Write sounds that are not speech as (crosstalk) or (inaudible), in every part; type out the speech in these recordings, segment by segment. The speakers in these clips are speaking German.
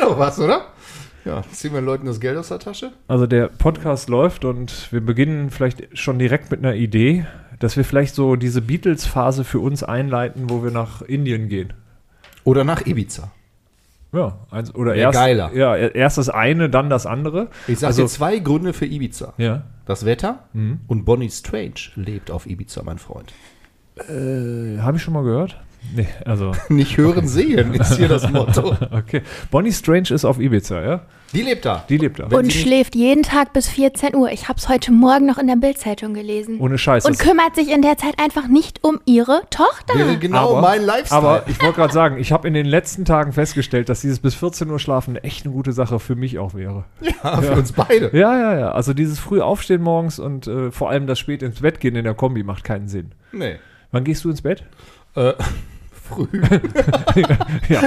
doch was, oder? Ja, ziehen wir den Leuten das Geld aus der Tasche? Also der Podcast läuft und wir beginnen vielleicht schon direkt mit einer Idee, dass wir vielleicht so diese Beatles-Phase für uns einleiten, wo wir nach Indien gehen. Oder nach Ibiza. Ja, eins, oder Wär erst, geiler. Ja, erst das eine, dann das andere. Also, Ich sage dir zwei Gründe für Ibiza. ja. Das Wetter und Bonnie Strange lebt auf Ibiza, mein Freund. Äh, Habe ich schon mal gehört? Nee, also, (laughs) Nicht hören, sehen ist hier das Motto. okay. Bonnie Strange ist auf Ibiza, ja? Die lebt da. Die lebt da. Wenn und sie nicht- schläft jeden Tag bis 14 Uhr. Ich habe es heute Morgen noch in der Bildzeitung gelesen. Ohne Scheiß. und das- kümmert sich in der Zeit einfach nicht um ihre Tochter. Wäre genau aber, mein Lifestyle. Aber ich wollte gerade sagen, ich habe in den letzten Tagen festgestellt, dass dieses bis 14 Uhr schlafen echt eine gute Sache für mich auch wäre. (laughs) ja, für uns beide. Ja, ja, ja. Also dieses früh aufstehen morgens und äh, vor allem das spät ins Bett gehen in der Kombi macht keinen Sinn. Nee. Wann gehst du ins Bett? Äh, (laughs) früh. Ja.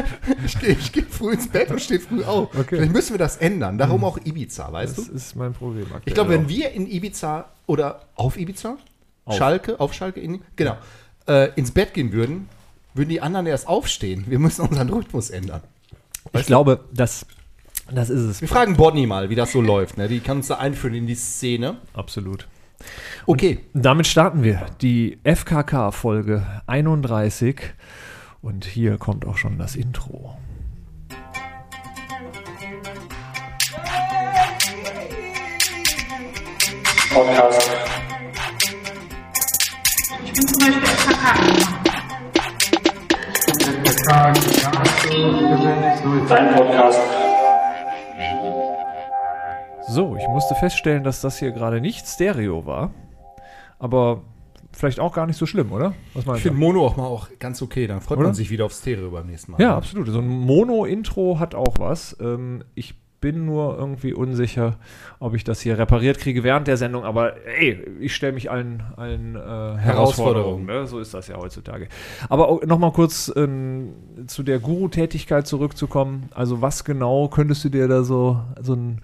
Ich gehe ich geh früh ins Bett und stehe früh auf. Okay. Vielleicht müssen wir das ändern. Darum auch Ibiza, weißt Das du? ist mein Problem. Aktuell. Hm? Genau. Ich glaube, wenn wir in Ibiza oder auf Ibiza, Schalke, auf Schalke, in, genau, äh, ins Bett gehen würden, würden die anderen erst aufstehen. Wir müssen unseren Rhythmus ändern. ich glaube, das, das ist Wir es. fragen Bonnie mal, wie das so läuft. Ne? Die kann uns da einführen in die Szene. Absolut. Okay. Damit starten wir. Die FKK-Folge 31. Und hier kommt auch schon das Intro. Podcast. Dein Podcast. So, ich musste feststellen, dass das hier gerade nicht Stereo war. Aber vielleicht auch gar nicht so schlimm, oder? Was Ich meinst finde du? Mono auch mal auch ganz okay. Dann freut Oder? man sich wieder aufs Stereo beim nächsten Mal. Ja, absolut. So ein Mono-Intro hat auch was. Ähm, ich bin nur irgendwie unsicher, ob ich das hier repariert kriege während der Sendung. Aber ey, ich stelle mich allen, allen äh, Herausforderungen. Herausforderungen. Ne? So ist das ja heutzutage. Aber nochmal kurz ähm, zu der Guru-Tätigkeit zurückzukommen. Also was genau könntest du dir da so, so ein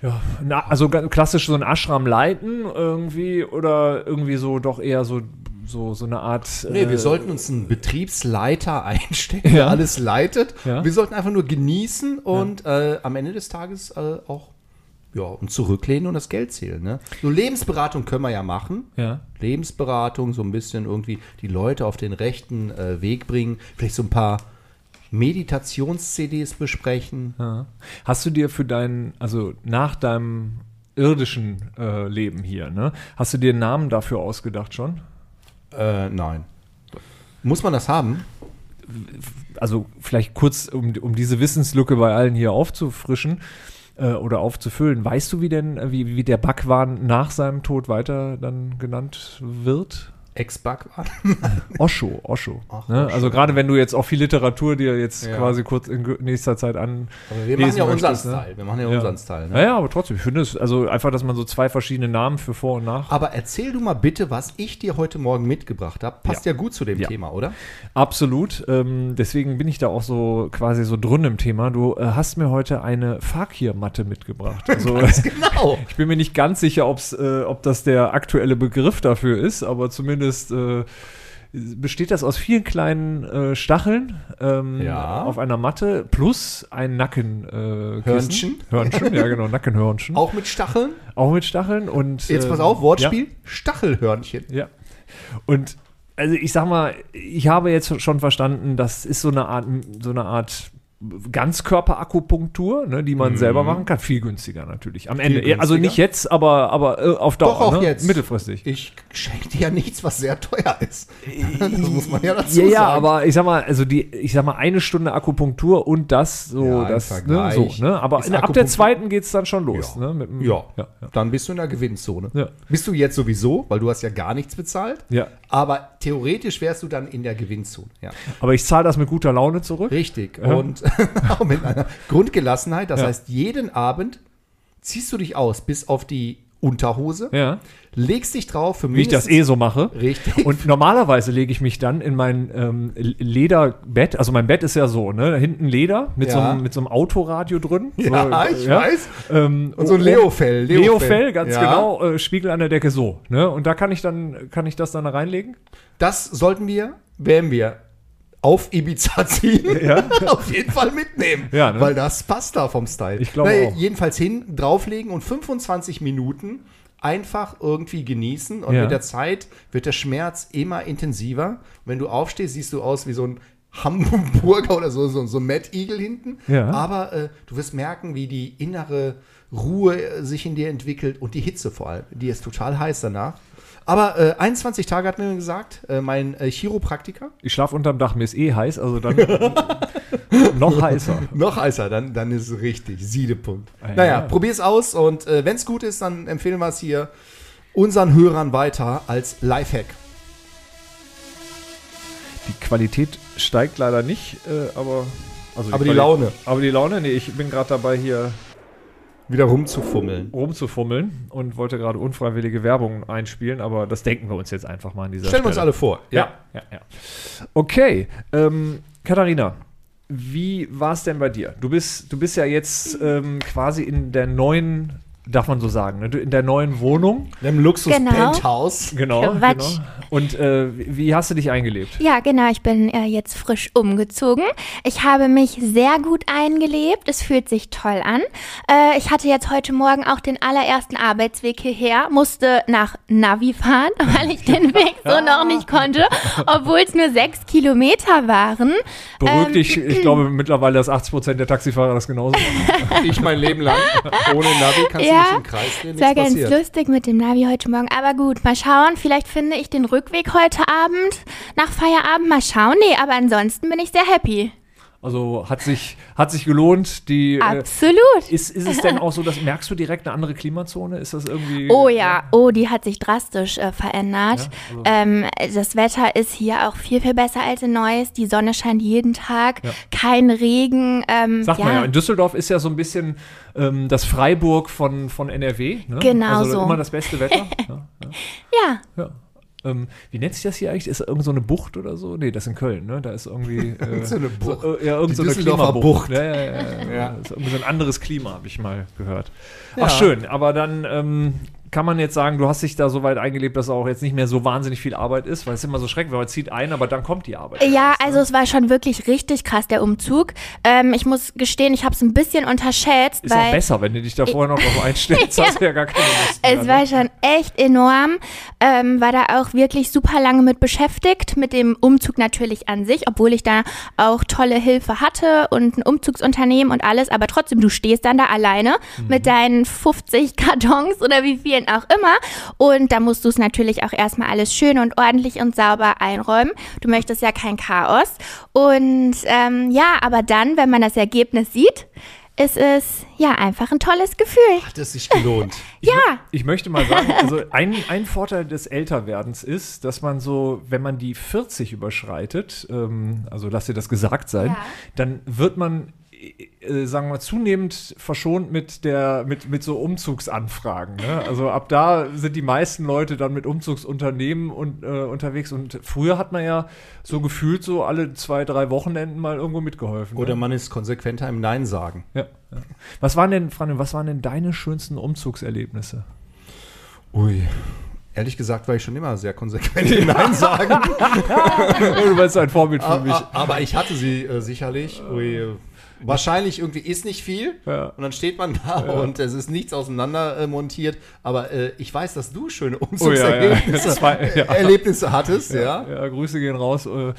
ja, na, also ga- klassisch so ein Ashram leiten irgendwie oder irgendwie so doch eher so, so, so eine Art. Nee, äh, wir sollten uns einen Betriebsleiter (laughs) einstellen, der Ja. alles leitet. Ja. Wir sollten einfach nur genießen und äh, am Ende des Tages äh, auch ja, uns zurücklehnen und das Geld zählen. Ne? So Lebensberatung können wir ja machen. Ja. Lebensberatung, so ein bisschen irgendwie die Leute auf den rechten äh, Weg bringen. Vielleicht so ein paar Meditations-CDs besprechen. Ja. Hast du dir für deinen, also nach deinem irdischen äh, Leben hier, ne, hast du dir einen Namen dafür ausgedacht schon? Äh, nein. Muss man das haben? Also vielleicht kurz, um, um diese Wissenslücke bei allen hier aufzufrischen äh, oder aufzufüllen. Weißt du, wie denn, äh, wie, wie der Bhagwan nach seinem Tod weiter dann genannt wird? Ex-Bug? Osho, Osho. Ach, ne? Osho. Also gerade wenn du jetzt auch viel Literatur dir jetzt Ja. quasi kurz in gü- nächster Zeit an. Wir machen ja unseren möchtest, ne? Style. Wir machen ja, Ja. unseren Style. Ne? Naja, aber trotzdem, ich finde es, also einfach, dass man so zwei verschiedene Namen für Vor- und (laughs) Nach. Aber erzähl du mal bitte, was ich dir heute Morgen mitgebracht habe. Passt ja, gut zu dem Ja. Thema, oder? Absolut. Ähm, deswegen bin ich da auch so quasi so drin im Thema. Du äh, hast mir heute eine (laughs) Fakir-Matte mitgebracht. Also, Genau. ich bin mir nicht ganz sicher, ob's, äh, ob das der aktuelle Begriff dafür ist, aber zumindest äh, besteht das aus vielen kleinen äh, Stacheln ähm, Ja. auf einer Matte plus ein Nackenhörnchen. Äh, Kissen. Hörnchen. Hörnchen, ja genau, Nackenhörnchen. Auch mit Stacheln. Auch mit Stacheln und. Jetzt ähm, pass auf, Ja. Wortspiel. Stachelhörnchen. Ja. Und also ich sag mal, ich habe jetzt schon verstanden, das ist so eine Art, so eine Art Ganzkörperakupunktur, ne, die man selber machen kann. Viel günstiger natürlich. Am Ende. Also Mhm. günstiger. nicht jetzt, aber, aber äh, auf Dauer. Doch auch ne? jetzt. Mittelfristig. Ich schenke dir ja nichts, was sehr teuer ist. Das muss man ja dazu Äh, Ja, ja, sagen. aber ich sag mal, also die, ich sag mal, eine Stunde Akupunktur und das so, Ja, im das, ne, Vergleich so, ne? Aber ist in, ab der Akupunktur- zweiten geht's dann schon los, Ja. ne? Mit dem, ja. ja, ja. dann bist du in der Gewinnzone. Ja. Bist du jetzt sowieso, weil du hast ja gar nichts bezahlt. Ja. Aber theoretisch wärst du dann in der Gewinnzone. Ja. Aber ich zahle das mit guter Laune zurück. Richtig. Ja. Und (laughs) auch mit einer Grundgelassenheit. Das Ja. heißt, jeden Abend ziehst du dich aus bis auf die Unterhose, Ja. legst dich drauf für wie ich das eh so mache. Richtig. Und normalerweise lege ich mich dann in mein ähm, Lederbett, also mein Bett ist ja so, ne? Hinten Leder mit, Ja. so, einem, mit so einem Autoradio drin. Ja, so, ich weiß. Ähm, Und so ein oh, oh, Leofell. Leofell, ganz Ja. genau, äh, Spiegel an der Decke so. Ne? Und da kann ich dann, kann ich das dann reinlegen? Das sollten wir, werden wir auf Ibiza ziehen, Ja. (laughs) auf jeden Fall mitnehmen. Ja, ne? Weil das passt da vom Style. Ich glaube auch. Jedenfalls hin, drauflegen und 25 Minuten einfach irgendwie genießen. Und Ja. mit der Zeit wird der Schmerz immer intensiver. Und wenn du aufstehst, siehst du aus wie so ein Hamburger oder so, so, so ein Mad Eagle hinten. Ja. Aber äh, du wirst merken, wie die innere Ruhe äh, sich in dir entwickelt und die Hitze vor allem. Die ist total heiß danach. Aber äh, 21 Tage hat mir gesagt, äh, mein äh, Chiropraktiker, Ich schlafe unterm Dach, mir ist eh heiß, (laughs) also dann noch heißer. Noch heißer, dann, dann ist es richtig. Siedepunkt. Ah, ja. naja, probier's aus und äh, wenn's gut ist, dann empfehlen wir es hier unseren Hörern weiter als Lifehack. Die Qualität steigt leider nicht, äh, aber. Also Aber die Quali- Laune. Aber die Laune, nee, ich bin gerade dabei, hier Wieder rumzufummeln. rumzufummeln und wollte gerade unfreiwillige Werbung einspielen, aber das denken wir uns jetzt einfach mal an dieser Stellen wir Stelle. uns alle vor. Ja, ja, ja. Okay, ähm, Katharina, wie war es denn bei dir? Du bist, du bist ja jetzt ähm, quasi in der neuen, darf man so sagen, ne? Du- in der neuen Wohnung. Ja. Im Luxus-Penthouse. Genau. Quatsch. genau. Und äh, wie wie hast du dich eingelebt? Ja, genau. Ich bin äh, jetzt frisch umgezogen. Ich habe mich sehr gut eingelebt. Es fühlt sich toll an. Äh, ich hatte jetzt heute Morgen auch den allerersten Arbeitsweg hierher, musste nach Navi fahren, (laughs) weil ich den Weg so noch nicht konnte, obwohl es nur sechs Kilometer waren. Beruhig (clears throat) dich, ich glaube mittlerweile, dass 80% der Taxifahrer das genauso machen. Ich mein Leben lang. Ohne Navi kannst Ja. du nicht im Kreis drehen. Es war Nichts ganz passiert. lustig mit dem Navi heute Morgen. Aber gut, mal schauen. Vielleicht finde ich den Rückweg heute Abend nach Feierabend. Mal schauen. Nee, aber ansonsten bin ich sehr happy. Also hat sich, hat sich gelohnt, die. Äh, Absolut. ist, ist es denn auch so, dass merkst du direkt eine andere Klimazone? Ist das irgendwie. Oh ja, oh, die hat sich drastisch äh, verändert. also ähm, das Wetter ist hier auch viel, viel besser als in Neuss. Die Sonne scheint jeden Tag, kein Regen. Ähm, Sagt ja. man ja, in Düsseldorf ist ja so ein bisschen ähm, das Freiburg von, von NRW. Ne? Genau also so. immer das beste Wetter. ja, ja, ja, ja. Ähm, wie nennt sich das hier eigentlich? Ist das irgend so eine Bucht oder so? Nee, das ist in Köln, ne? Da (laughs) ist irgendwie. Äh, So eine Bucht. So, äh, ja, irgend Die so eine Düsseldorfer Klimabucht. Bucht. Ja, ja, ja, ja. Ja. Das Ist irgendwie so ein anderes Klima, habe ich mal gehört. Ja. Ach, schön. Aber dann ähm, kann man jetzt sagen, du hast dich da so weit eingelebt, dass auch jetzt nicht mehr so wahnsinnig viel Arbeit ist, weil es ist immer so schrecklich, weil man zieht ein, aber dann kommt die Arbeit. ja, also es war schon wirklich richtig krass, der Umzug. Ähm, ich muss gestehen, ich habe es ein bisschen unterschätzt, Ist auch weil besser, wenn du dich da vorher noch drauf (laughs) einstellst. Hast du ja gar keine Lust mehr, Es ne? war schon echt enorm. Ähm, war da auch wirklich super lange mit beschäftigt, mit dem Umzug natürlich an sich, obwohl ich da auch tolle Hilfe hatte und ein Umzugsunternehmen und alles. Aber trotzdem, du stehst dann da alleine mit deinen 50 Kartons oder wie vielen auch immer. Und da musst du es natürlich auch erstmal alles schön und ordentlich und sauber einräumen. Du möchtest ja kein Chaos. Und ähm, ja, aber dann, wenn man das Ergebnis sieht, ist es ja einfach ein tolles Gefühl. Hat es sich gelohnt. Ja. Ich möchte mal sagen, also ein, ein Vorteil des Älterwerdens ist, dass man so, wenn man die 40 überschreitet, ähm, also lass dir das gesagt sein, Ja. dann wird man, äh, äh, sagen wir mal, zunehmend verschont mit, der, mit, mit so Umzugsanfragen. Ne? Also ab da sind die meisten Leute dann mit Umzugsunternehmen und, äh, unterwegs und früher hat man ja so gefühlt so alle zwei, drei Wochenenden mal irgendwo mitgeholfen. Oder ne? man ist konsequenter im Nein sagen. ja, ja. Was waren denn, Franjo, was waren denn deine schönsten Umzugserlebnisse? (laughs) Ui. Ehrlich gesagt war ich schon immer sehr konsequent im Nein (laughs) sagen. Du bist ein Vorbild für mich. A- a- (laughs) Aber ich hatte sie äh, sicherlich. Ui, äh, wahrscheinlich irgendwie ist nicht viel. Ja. Und dann steht man da und es ist nichts auseinander äh, montiert. Aber äh, ich weiß, dass du schöne Oh ja, ja. Umzugserlebnisse Das war, (laughs) ja. Erlebnisse hattest, ja. ja, Grüße gehen raus. Äh,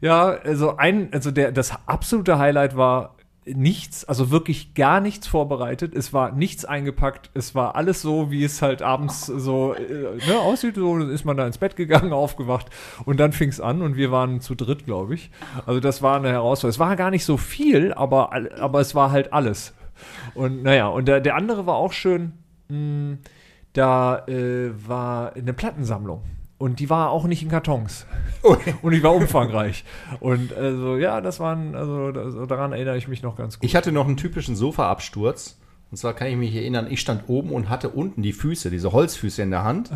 Ja, also ein, also der, das absolute Highlight war nichts, also wirklich gar nichts vorbereitet. Es war nichts eingepackt. Es war alles so, wie es halt abends so äh, ne, aussieht. So ist man da ins Bett gegangen, (laughs) aufgewacht und dann fing es an und wir waren zu dritt, glaube ich. Also das war eine Herausforderung. Es war gar nicht so viel, aber, all- aber es war halt alles. Und naja, und der, der andere war auch schön. Mh, da äh, war eine Plattensammlung. Und die war auch nicht in Kartons. Und die war umfangreich. Und also, ja, das waren, also das, daran erinnere ich mich noch ganz gut. Ich hatte noch einen typischen Sofaabsturz. Und zwar kann ich mich erinnern, ich stand oben und hatte unten die Füße, diese Holzfüße in der Hand.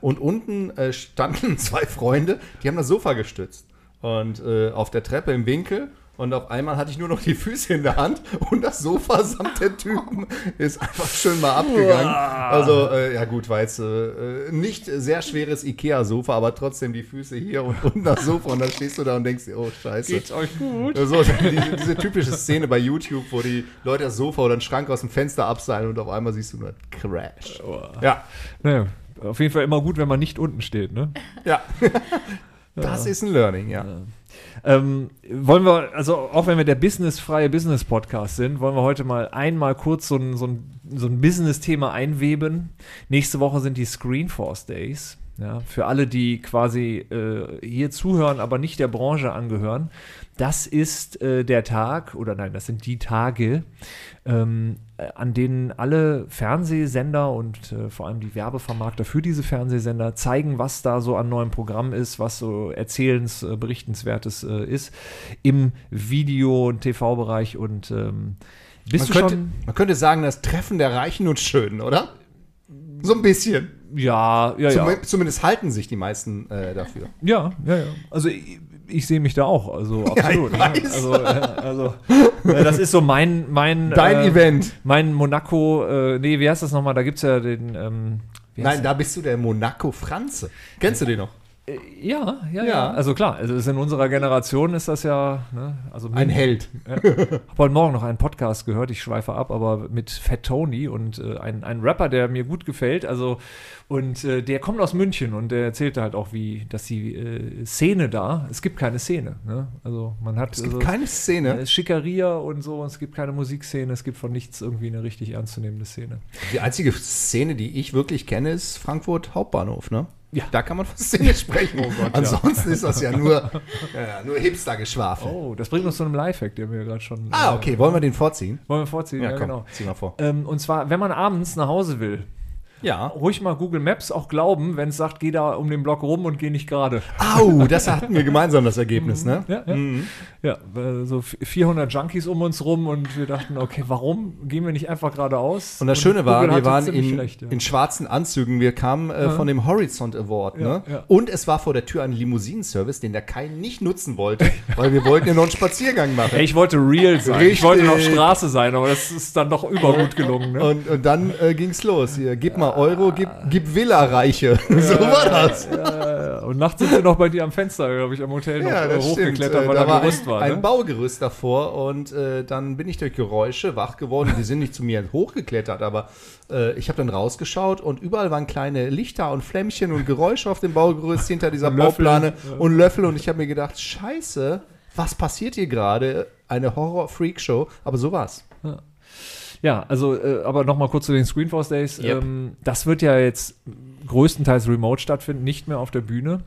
Und unten äh, (laughs) standen zwei Freunde, die haben das Sofa gestützt. Und äh, auf der Treppe im Winkel Und auf einmal hatte ich nur noch die Füße in der Hand und das Sofa (laughs) samt der Typen ist einfach schön mal abgegangen. Also, äh, ja gut, war jetzt äh, äh, nicht sehr schweres Ikea-Sofa, aber trotzdem die Füße hier und, und das Sofa und dann stehst du da und denkst dir, oh scheiße. euch gut? So, (laughs) diese, diese typische Szene bei YouTube, wo die Leute das Sofa oder einen Schrank aus dem Fenster abseilen und auf einmal siehst du nur Crash. Oh. Ja, Naja, auf jeden Fall immer gut, wenn man nicht unten steht, ne? ja. Das ist ein Learning, ja. Ähm, wollen wir, also auch wenn wir der businessfreie Business-Podcast sind, wollen wir heute mal einmal kurz so ein, so ein, so ein Business-Thema einweben. Nächste Woche sind die Screenforce Days. Ja, für alle, die quasi äh, hier zuhören, aber nicht der Branche angehören. Das ist äh, der Tag, oder nein, das sind die Tage, ähm, äh, an denen alle Fernsehsender und äh, vor allem die Werbevermarkter für diese Fernsehsender zeigen, was da so an neuem Programm ist, was so erzählens, äh, berichtenswertes äh, ist im Video- und TV-Bereich und ähm, bist Man du könnte, schon? man könnte sagen, das Treffen der Reichen und Schönen, oder? So ein bisschen. Ja, ja, ja. Zum, zumindest halten sich die meisten äh, dafür. Ja, ja, ja. Also ich, ich sehe mich da auch. Also absolut. ne? weiß. Also, äh, also äh, das ist so mein mein Dein äh, Event. Mein Monaco. Äh, nee, wie heißt das nochmal? Da gibt's ja den. Ähm, wie heißt Nein, da bist du der Monaco Franze. Kennst du den noch? der? Äh, ja, ja, ja, Ja. Also klar. Also ist in unserer Generation ist das ja. Ne? Also Ein Held. habe heute Morgen noch einen Podcast gehört, ich schweife ab, aber mit Fat Tony und äh, ein, ein Rapper, der mir gut gefällt. Also, und äh, der kommt aus München und der erzählte halt auch, wie, dass die äh, Szene da, es gibt keine Szene. Ne? Also man hat Es gibt also, keine ne? äh, Szene. Schickeria und so, und es gibt keine Musikszene, es gibt von nichts irgendwie eine richtig ernstzunehmende Szene. Die einzige Szene, die ich wirklich kenne, ist Frankfurt Hauptbahnhof, ne? Ja. Oh Da kann man von (laughs) Szene sprechen. Ansonsten ist das ja nur, ja, ja, nur Hipster-Geschwafel. Oh, das bringt uns zu einem Lifehack, der mir gerade schon. Ah, äh, okay, wollen wir den vorziehen? Wollen wir vorziehen? Ja, genau. zieh mal vor. Ähm, und zwar, wenn man abends nach Hause will, Ja. ruhig mal Google Maps auch glauben, wenn es sagt, geh da um den Block rum und geh nicht gerade. Au, das hatten wir gemeinsam, das Ergebnis, ne? Mhm. Ja, ja. ja weil so 400 Junkies um uns rum und wir dachten, okay, warum gehen wir nicht einfach geradeaus? Und das Schöne war, Google hat wir uns waren ziemlich in, schlecht, ja. in schwarzen Anzügen. Wir kamen äh, von dem Horizont Award. Ne? ja. Und es war vor der Tür ein Limousinenservice, den der Kai nicht nutzen (laughs) wollte, weil wir wollten ja noch einen Spaziergang machen. Ey, ich wollte real sein, ich Richtig. wollte noch Straße sein, aber das ist dann doch übergut gelungen. Ne? Und, und dann äh, ging's los. Hier, gib mal Euro, gib, gib Villa-Reiche. (laughs) (laughs) so war das. Äh, Und nachts sind wir noch bei dir am Fenster, glaube ich, am Hotel noch äh, hochgeklettert, Äh, weil da, da war Gerüst ein, war. ein ne? Baugerüst davor und äh, dann bin ich durch Geräusche wach geworden. Die sind nicht zu mir hochgeklettert, aber äh, ich habe dann rausgeschaut und überall waren kleine Lichter und Flämmchen und Geräusche auf dem Baugerüst hinter dieser Löffel. Bauplane und Löffel und ich habe mir gedacht, scheiße, was passiert hier gerade? Eine Horror-Freak-Show, aber so war's. Ja, also, äh, aber nochmal kurz zu den Screenforce Days. Yep. Ähm, das wird ja jetzt größtenteils remote stattfinden, nicht mehr auf der Bühne.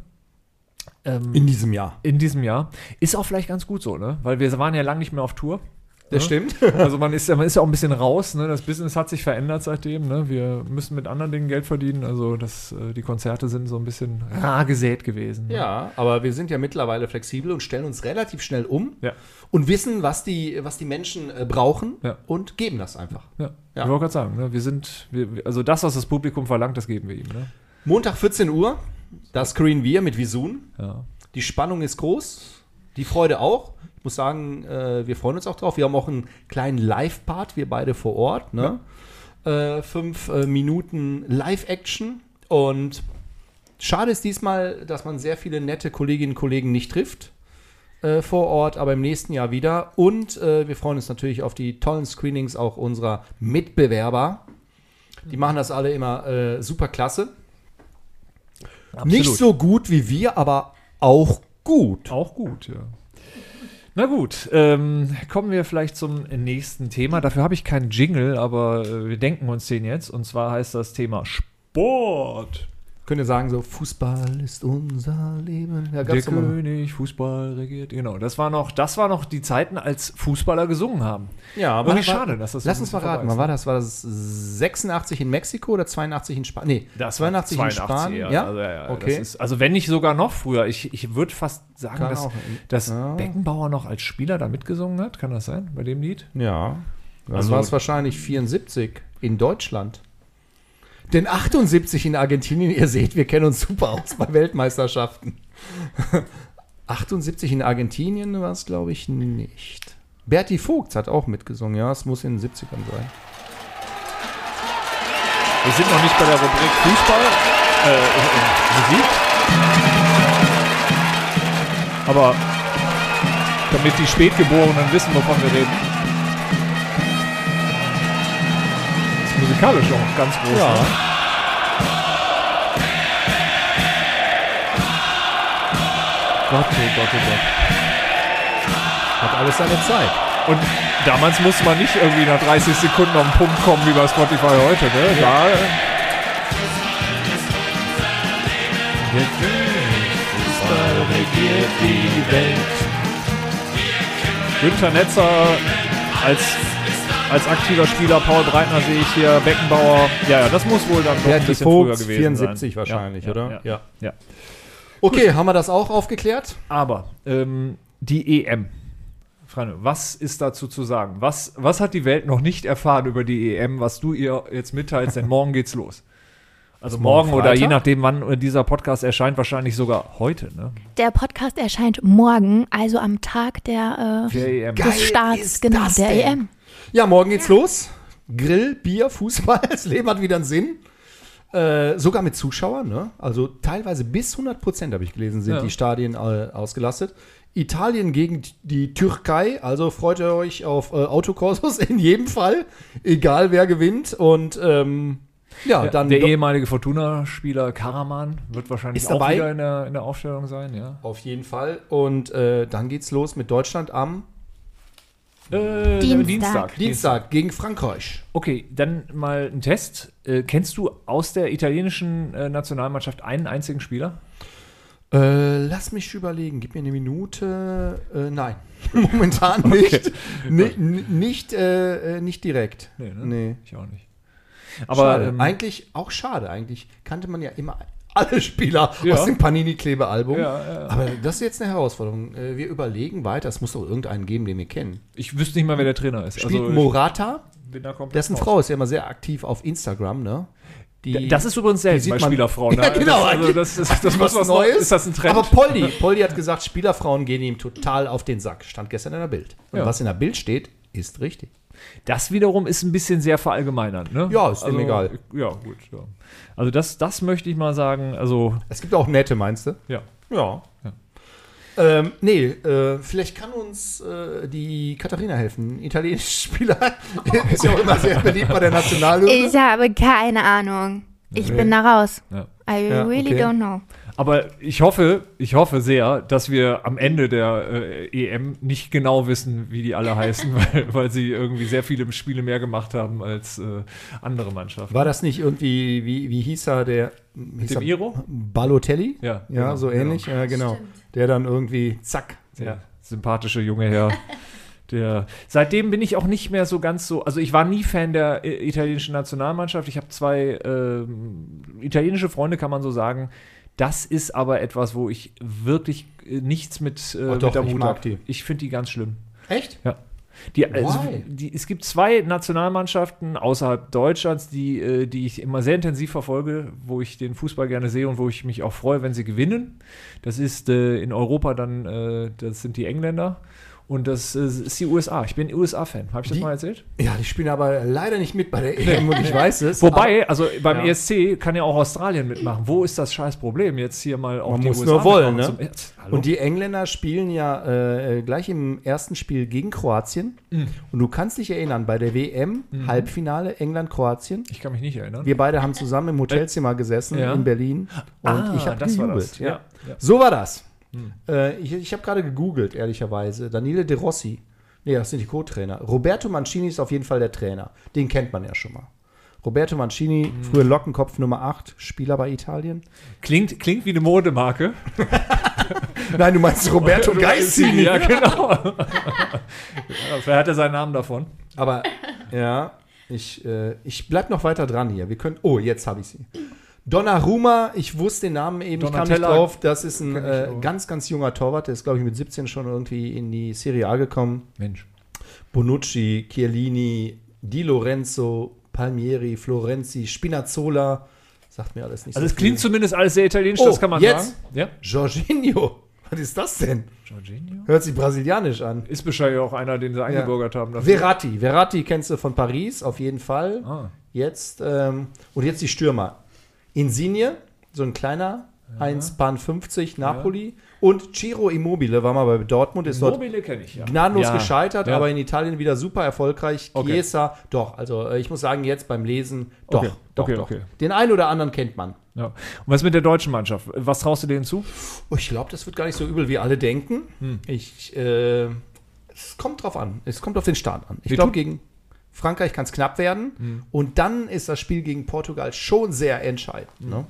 Ähm, In diesem Jahr. in diesem Jahr. Ist auch vielleicht ganz gut so, ne? Weil wir waren ja lange nicht mehr auf Tour. (laughs) Das Ja. stimmt. Also man ist ja, man ist ja auch ein bisschen raus, ne? Das Business hat sich verändert seitdem, ne? Wir müssen mit anderen Dingen Geld verdienen. Also das, äh, die Konzerte sind so ein bisschen rar gesät gewesen. Ne? Ja, aber wir sind ja mittlerweile flexibel und stellen uns relativ schnell um Ja. und wissen, was die, was die Menschen äh, brauchen Ja. und geben das einfach. Ja. Ja. Ich wollte gerade sagen, ne? wir sind, wir, wir- also das, was das Publikum verlangt, das geben wir ihm. Ne? Montag 14 Uhr, da screenen wir mit Visun. Ja. Die Spannung ist groß, die Freude auch. Ich muss sagen, äh, wir freuen uns auch drauf. Wir haben auch einen kleinen Live-Part, wir beide vor Ort. Ne? Äh, fünf äh, Minuten Live-Action. Und schade ist diesmal, dass man sehr viele nette Kolleginnen und Kollegen nicht trifft äh, vor Ort, aber im nächsten Jahr wieder. Und äh, wir freuen uns natürlich auf die tollen Screenings auch unserer Mitbewerber. Die machen das alle immer äh, super klasse. Absolut. Nicht so gut wie wir, aber auch gut. Auch gut, ja. Na gut, ähm, kommen wir vielleicht zum nächsten Thema. Dafür habe ich keinen Jingle, aber äh, wir denken uns den jetzt. Und zwar heißt das Thema Sport. Könnt ihr sagen, so Fußball ist unser Leben. Ja, Der gab's doch mal. König, Fußball regiert. Genau, das war noch, das war noch die Zeiten, als Fußballer gesungen haben. ja aber Irgendwie war- schade, dass das Lass so uns mal vorbei raten, ist, wann war das? War das 86 in Mexiko oder 82 in Spanien? Nee, Das war 82, in Spanien. Ja, Also, ja, ja, okay. das ist, also wenn nicht sogar noch früher. Ich, ich würde fast sagen, Kann dass, auch. äh, dass Ja. Beckenbauer noch als Spieler da mitgesungen hat. Kann das sein, bei dem Lied? ja. Das Also- war es wahrscheinlich 74 in Deutschland. Denn (laughs) 78 in Argentinien, ihr seht, wir kennen uns super aus bei Weltmeisterschaften. 78 in Argentinien war es, glaube ich, nicht. Berti Vogts hat auch mitgesungen, ja, es muss in den 70ern sein. Wir sind noch nicht bei der Rubrik Fußball, äh, äh, Musik. Aber damit die Spätgeborenen wissen, wovon wir reden. Ist musikalisch auch ganz groß. Ja. Ne? Gott, oh Gott, oh Gott. Hat alles seine Zeit. Und damals musste man nicht irgendwie nach 30 Sekunden auf den Punkt kommen wie bei Spotify heute, ne? Da. Günther Netzer als, als aktiver Spieler, Paul Breitner sehe ich hier, Beckenbauer. Ja, ja, das muss wohl dann doch ein Berti bisschen früher Vogts, gewesen 74 sein. wahrscheinlich, ja, oder? Ja, ja. ja. Okay, haben wir das auch aufgeklärt? Aber ähm, die EM. Franjo, was ist dazu zu sagen? Was, was hat die Welt noch nicht erfahren über die EM, was du ihr jetzt mitteilst? Denn morgen geht's los. Also morgen, morgen oder je Freitag? nachdem, wann dieser Podcast erscheint, wahrscheinlich sogar heute, ne? Der Podcast erscheint morgen, also am Tag der, äh, Der EM. Geil des Starts, ist genau, das der denn? EM. Ja, morgen geht's los. Grill, Bier, Fußball, (laughs) das Leben hat wieder einen Sinn. Äh, sogar mit Zuschauern, ne? Also teilweise bis 100 Prozent, habe ich gelesen, sind Ja. die Stadien äh, ausgelastet. Italien gegen die Türkei, also freut ihr euch auf äh, Autokorsos (laughs) in jedem Fall, egal wer gewinnt. Und ähm, ja, dann der E Do- ehemalige Fortuna-Spieler Karaman wird wahrscheinlich Ist auch dabei. wieder in der, in der Aufstellung sein, ja. auf jeden Fall. Und äh, dann geht's los mit Deutschland am Äh, Dienstag. Dienstag gegen Frankreich. Okay, dann mal ein Test. Äh, kennst du aus der italienischen äh, Nationalmannschaft einen einzigen Spieler? Äh, lass mich überlegen, gib mir eine Minute. Äh, (laughs) nein, momentan nicht. Ni- ni- nicht, äh, äh, nicht direkt. Nee, ne? Nee. Ich auch nicht. Aber Aber ähm, eigentlich auch schade. Eigentlich kannte man ja immer alle Spieler Ja. aus dem Panini-Klebealbum. Ja, ja. Aber das ist jetzt eine Herausforderung. Äh, Wir überlegen weiter. Es muss doch irgendeinen geben, den wir kennen. ich wüsste nicht mal, wer der Trainer ist. Spielt Also ich Morata, bin da komplett dessen raus. Frau ist ja immer sehr aktiv auf Instagram, ne? Die- Das ist übrigens selten sieht bei man- Spielerfrauen. ne? (laughs) Ja, genau. Das, also, das, ist, das muss was was Neues. Neues. Ist das ein Trend? Aber Poldi, Poldi hat gesagt, Spielerfrauen gehen ihm total auf den Sack. Stand gestern in der Bild. Und Ja. was in der Bild steht, ist richtig. das wiederum ist ein bisschen sehr verallgemeinert. Ne? Ja, ist dem egal. Ja, gut. Ja. Also das, das möchte ich mal sagen. Also, Es gibt auch nette, meinst du? ja. Ja. Ja. Ähm, nee, äh, vielleicht kann uns äh, die Katharina helfen. Italienische (laughs) Spieler ist ja auch immer sehr beliebt bei der Nationalhymne. Ich habe keine Ahnung. Ich bin da raus. Ja. I Ja, really okay. don't know. Aber ich hoffe, ich hoffe sehr, dass wir am Ende der äh, EM nicht genau wissen, wie die alle heißen, (laughs) weil, weil sie irgendwie sehr viele Spiele mehr gemacht haben als äh, andere Mannschaften. War das nicht irgendwie, wie, wie hieß er, der hieß Dem er Iro? Balotelli? Ja, ja genau, so ähnlich, ja, genau. Der dann irgendwie, zack. Der sympathische (laughs) junge Herr. Der, seitdem bin ich auch nicht mehr so ganz so. Also, ich war nie Fan der äh, italienischen Nationalmannschaft. Ich habe zwei ähm, italienische Freunde, kann man so sagen. Das ist aber etwas, wo ich wirklich äh, nichts mit, äh, Ach doch, mit am ich mag hab. die. Ich finde die ganz schlimm. Echt? Die, also, Why? die, es gibt zwei Nationalmannschaften außerhalb Deutschlands, die, äh, die ich immer sehr intensiv verfolge, wo ich den Fußball gerne sehe und wo ich mich auch freue, wenn sie gewinnen. Das ist äh, in Europa dann, äh, das sind die Engländer und das äh, ist die USA. Ich bin USA-Fan. Habe ich das Die- mal erzählt? Ja, die spielen aber leider nicht mit bei der EM und ich weiß es. Wobei, also beim Ja. ESC kann ja auch Australien mitmachen. Wo ist das scheiß Problem? Jetzt hier mal auch Man die muss USA nur wollen, mitmachen ne? zum- Hallo? Und die Engländer spielen ja äh, gleich im ersten Spiel gegen Kroatien. Mhm. Und du kannst dich erinnern, bei der WM, Halbfinale England-Kroatien. ich kann mich nicht erinnern. Wir beide haben zusammen im Hotelzimmer gesessen Ja. in Berlin. Und Ah, ich habe das war das. Ja. Ja, ja. Mhm. So war das. Äh, ich ich habe gerade gegoogelt, ehrlicherweise. Daniele De Rossi. Nee, das sind die Co-Trainer. Roberto Mancini ist auf jeden Fall der Trainer. Den kennt man ja schon mal. Roberto Mancini, Mhm. früher Lockenkopf Nummer 8, Spieler bei Italien. Klingt, klingt wie eine Modemarke. Nein, du meinst (laughs) Roberto Geissini. Ja, genau. (laughs) ja, vielleicht hat er seinen Namen davon. Aber ja, ich, äh, ich bleib noch weiter dran hier. Wir können. Oh, jetzt habe ich sie. Donnarumma, ich wusste den Namen eben, ich kam nicht Donatella drauf. Das ist ein kenn ich äh, auch. ganz, ganz junger Torwart. Der ist, glaube ich, mit 17 schon irgendwie in die Serie A gekommen. Mensch. Bonucci, Chiellini, Di Lorenzo, Palmieri, Florenzi, Spinazzola. Sagt mir alles nicht Also es so viel. klingt zumindest alles sehr italienisch, das Oh, kann man jetzt? sagen. Ja? Jorginho. (laughs) Was ist das denn? Jorginho? Hört sich brasilianisch an. Ist wahrscheinlich auch einer, den sie eingebürgert haben. dafür. Verratti. Verratti kennst du von Paris, auf jeden Fall. Ah. Jetzt, ähm, und jetzt die Stürmer. Insigne, so ein kleiner, 1,50 Napoli. Und Ciro Immobile war mal bei Dortmund, ist dort Mobile kenne ich, ja. gnadenlos Ja. gescheitert, Ja. aber in Italien wieder super erfolgreich. Okay. Chiesa, doch. Also äh, ich muss sagen, jetzt beim Lesen, doch, Okay. doch, Okay, doch. okay. Den einen oder anderen kennt man. ja. Und was mit der deutschen Mannschaft? Was traust du denen zu? Oh, Ich glaube, das wird gar nicht so übel, wie alle denken. Hm. Ich, äh, es kommt drauf an. Es kommt auf den Start an. Ich Wir glaube, tun- Hm. gegen Frankreich kann es knapp werden. Und dann ist das Spiel gegen Portugal schon sehr entscheidend. Hm. Ne?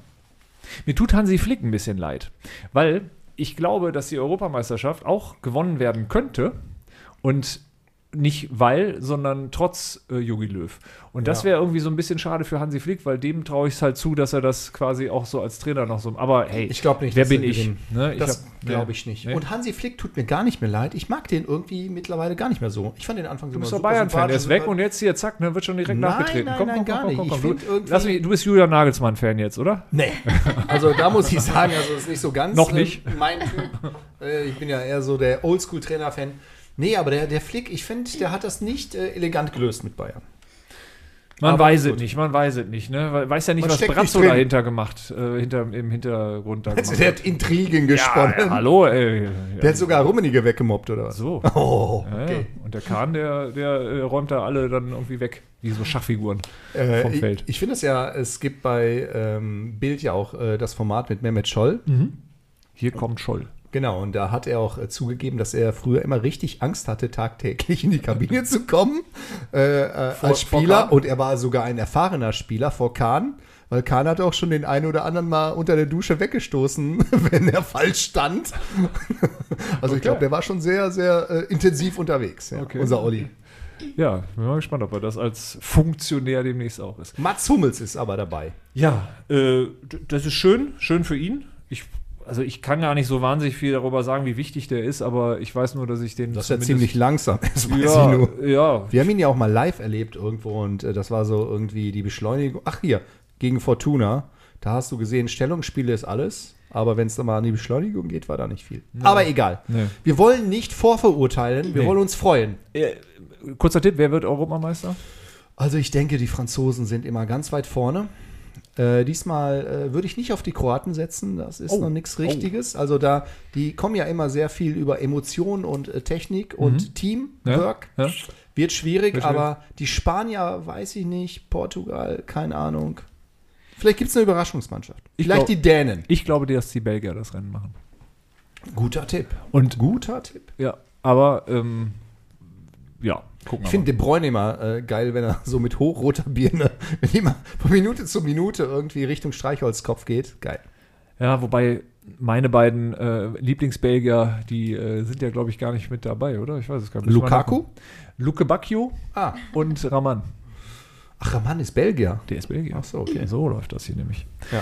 Mir tut Hansi Flick ein bisschen leid, weil ich glaube, dass die Europameisterschaft auch gewonnen werden könnte und nicht weil, sondern trotz äh, Jogi Löw. Und das wäre irgendwie so ein bisschen schade für Hansi Flick, weil dem traue ich es halt zu, dass er das quasi auch so als Trainer noch so. Aber hey, Ich glaube nicht, wer dass wir bin ich? gewinnen. Ne? Das hab- glaube nee. ich nicht. Nee. Und Hansi Flick tut mir gar nicht mehr leid. Ich mag den irgendwie mittlerweile gar nicht mehr so. Ich fand den Anfang Du bist doch Bayern-Fan, der ist weg und jetzt hier, zack, ne, wird schon direkt Nein, nachgetreten. nein, nein, gar nicht. Ich find Du, irgendwie- lass mich, du bist Julian Nagelsmann-Fan jetzt, oder? Nee, also da muss ich sagen, also das ist nicht so ganz Noch ähm, nicht. mein Typ. Äh, Ich bin ja eher so der Oldschool-Trainer-Fan. Nee, aber der, der Flick, ich finde, der hat das nicht äh, elegant gelöst mit Bayern. Man Aber weiß gut. es nicht, man weiß es nicht, ne? Weil- Weiß ja nicht, Man was steckt Brazzo nicht drin. dahinter gemacht, äh, hinter, im Hintergrund da Also (laughs) gemacht der hat. hat Intrigen Ja, gesponnen. ja, hallo, ey. Der hat sogar Rummenigge weggemobbt, oder was? (laughs) so. Oh, Ja, okay. ja. Und der Kahn, der, der äh, räumt da alle dann irgendwie weg, wie so Schachfiguren. Äh, vom Feld. Ich, ich finde es ja, es gibt bei ähm, Bild ja auch äh, das Format mit Mehmet Scholl. Hier kommt Scholl. Genau, und da hat er auch äh, zugegeben, dass er früher immer richtig Angst hatte, tagtäglich in die Kabine zu kommen äh, äh, Vor- als vor Kahn? Spieler. Und er war sogar ein erfahrener Spieler vor Kahn, weil Kahn hat auch schon den einen oder anderen mal unter der Dusche weggestoßen, (laughs) wenn er falsch stand. (laughs) also ich glaube, der war schon sehr, sehr äh, intensiv unterwegs, ja, Okay. unser Olli. Ja, bin mal gespannt, ob er das als Funktionär demnächst auch ist. Mats Hummels ist aber dabei. Ja, äh, d- das ist schön, schön für ihn. Ich, also ich kann gar nicht so wahnsinnig viel darüber sagen, wie wichtig der ist, aber ich weiß nur, dass ich den Das ist ja ziemlich zumindest- langsam, (laughs) das weiß ich nur. ja, ja, Wir haben ihn ja auch mal live erlebt irgendwo und äh, das war so irgendwie die Beschleunigung. Ach hier, gegen Fortuna. Da hast du gesehen, Stellungsspiele ist alles. Aber wenn es dann mal an die Beschleunigung geht, war da nicht viel. Aber egal. Nee. Wir wollen nicht vorverurteilen, wir Nee. wollen uns freuen. Äh, Kurzer Tipp, wer wird Europameister? Also ich denke, die Franzosen sind immer ganz weit vorne. Äh, diesmal äh, würde ich nicht auf die Kroaten setzen, das ist Oh. noch nichts Richtiges. Also da, die kommen ja immer sehr viel über Emotionen und äh, Technik und Teamwork. Mhm. Ne? Ja? Wird schwierig, Wird schwierig. aber die Spanier weiß ich nicht, Portugal, keine Ahnung. Vielleicht gibt es eine Überraschungsmannschaft. Ich Vielleicht glaub- die Dänen. Ich glaube, dass die Belgier das Rennen machen. Guter Tipp. Und Guter Tipp. ja, aber ähm, ja, gucken Ich wir mal. finde De Bruyne immer äh, geil, wenn er so mit hochroter Birne, (laughs) wenn immer von Minute zu Minute irgendwie Richtung Streichholzkopf geht. Geil. Ja, wobei meine beiden äh, Lieblingsbelgier, die äh, sind ja, glaube ich, gar nicht mit dabei, oder? Ich weiß es gar nicht. Lukaku? Luke Bacchio Ah, und Raman. ach, Mann ist Belgier. Der ist Belgier. Ach so, okay. So läuft das hier nämlich. Ja.